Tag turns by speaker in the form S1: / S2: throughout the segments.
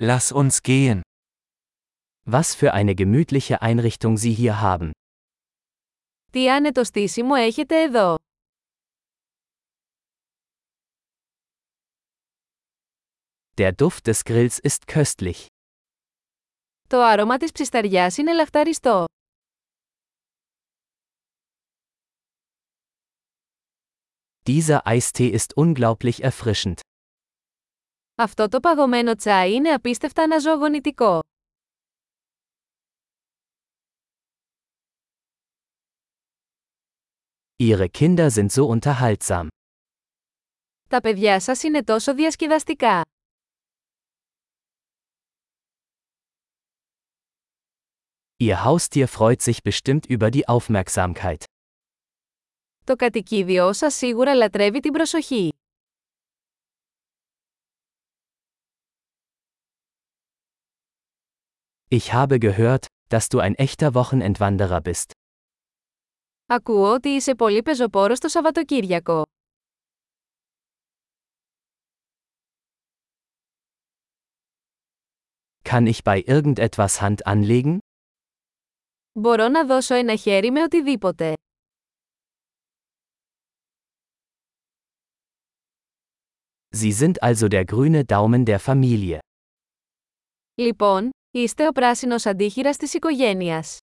S1: Lass uns gehen.
S2: Was für eine gemütliche Einrichtung Sie hier haben.
S3: Τι άνετο στήσιμο έχετε εδώ.
S2: Der Duft des Grills ist köstlich.
S3: Το άρωμα της ψισταριάς είναι λαχταριστό.
S2: Dieser Eistee ist unglaublich erfrischend.
S3: Αυτό το παγωμένο τσάι είναι απίστευτα αναζωογονητικό.
S2: Ihre Kinder sind so unterhaltsam.
S3: Τα παιδιά σας είναι τόσο διασκεδαστικά.
S2: Ihr Haustier freut sich bestimmt über die Aufmerksamkeit.
S3: Το κατοικίδιό σας σίγουρα λατρεύει την προσοχή.
S2: Ich habe gehört, dass du ein echter Wochenendwanderer bist.
S3: Ακούω ότι είσαι πολύ πεζοπόρος το Σαββατοκύριακο.
S2: Kann ich bei irgendetwas Hand anlegen?
S3: Μπορώ να δώσω ένα χέρι με οτιδήποτε.
S2: Sie sind also der grüne Daumen der Familie.
S3: Λοιπόν, είστε ο πράσινος αντίχειρας της οικογένειας.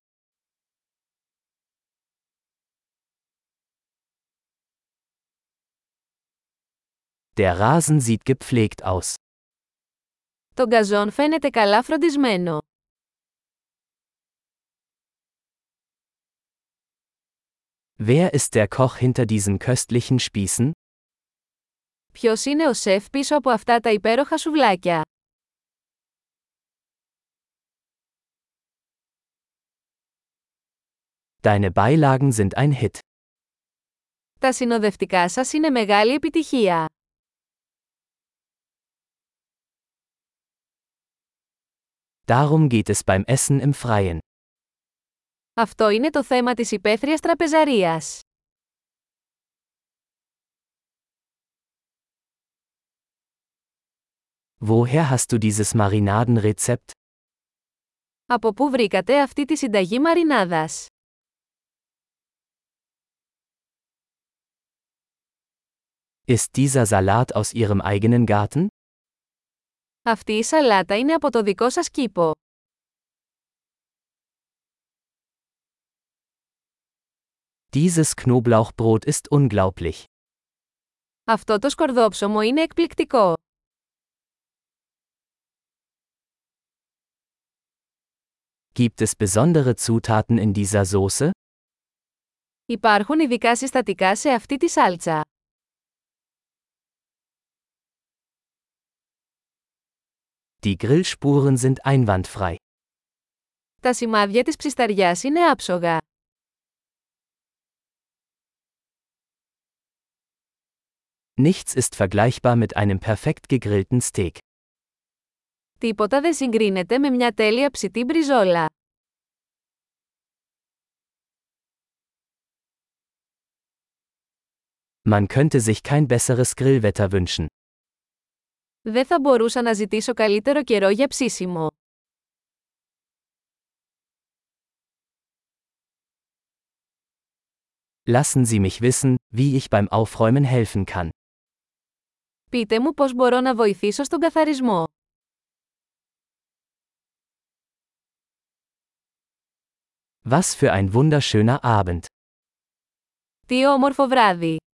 S2: Der Rasen sieht gepflegt aus.
S3: Το γκαζόν φαίνεται καλά φροντισμένο.
S2: Wer ist der Koch hinter diesen köstlichen Spießen?
S3: Ποιος είναι ο σεφ πίσω από αυτά τα υπέροχα σουβλάκια.
S2: Deine Beilagen sind ein Hit.
S3: Τα συνοδευτικά σας είναι μεγάλη επιτυχία.
S2: Darum geht es beim Essen im Freien.
S3: Αυτό είναι το θέμα της υπαίθριας τραπεζαρίας.
S2: Woher hast du dieses Marinadenrezept?
S3: Από πού βρήκατε αυτή τη συνταγή μαρινάδας.
S2: Ist dieser Salat aus Ihrem eigenen Garten?
S3: Αυτή η σαλάτα είναι από το δικό σας κήπο.
S2: Dieses Knoblauchbrot ist unglaublich.
S3: Αυτό το σκορδόψωμο είναι εκπληκτικό.
S2: Gibt es besondere Zutaten in dieser Soße?
S3: Υπάρχουν ειδικά συστατικά σε αυτή τη σάλτσα.
S2: Die Grillspuren sind einwandfrei.
S3: Τα σημάδια της ψισταριάς είναι άψογα.
S2: Nichts ist vergleichbar mit einem perfekt gegrillten Steak.
S3: Τίποτα δεν συγκρίνεται με μια τέλεια ψητή μπριζόλα.
S2: Man könnte sich kein besseres Grillwetter wünschen.
S3: Δεν θα μπορούσα να ζητήσω καλύτερο καιρό για ψήσιμο.
S2: Lassen Sie mich wissen, wie ich beim Aufräumen helfen kann.
S3: Πείτε μου πώς μπορώ να βοηθήσω στον καθαρισμό.
S2: Was für ein wunderschöner Abend.
S3: Τι όμορφο βράδυ!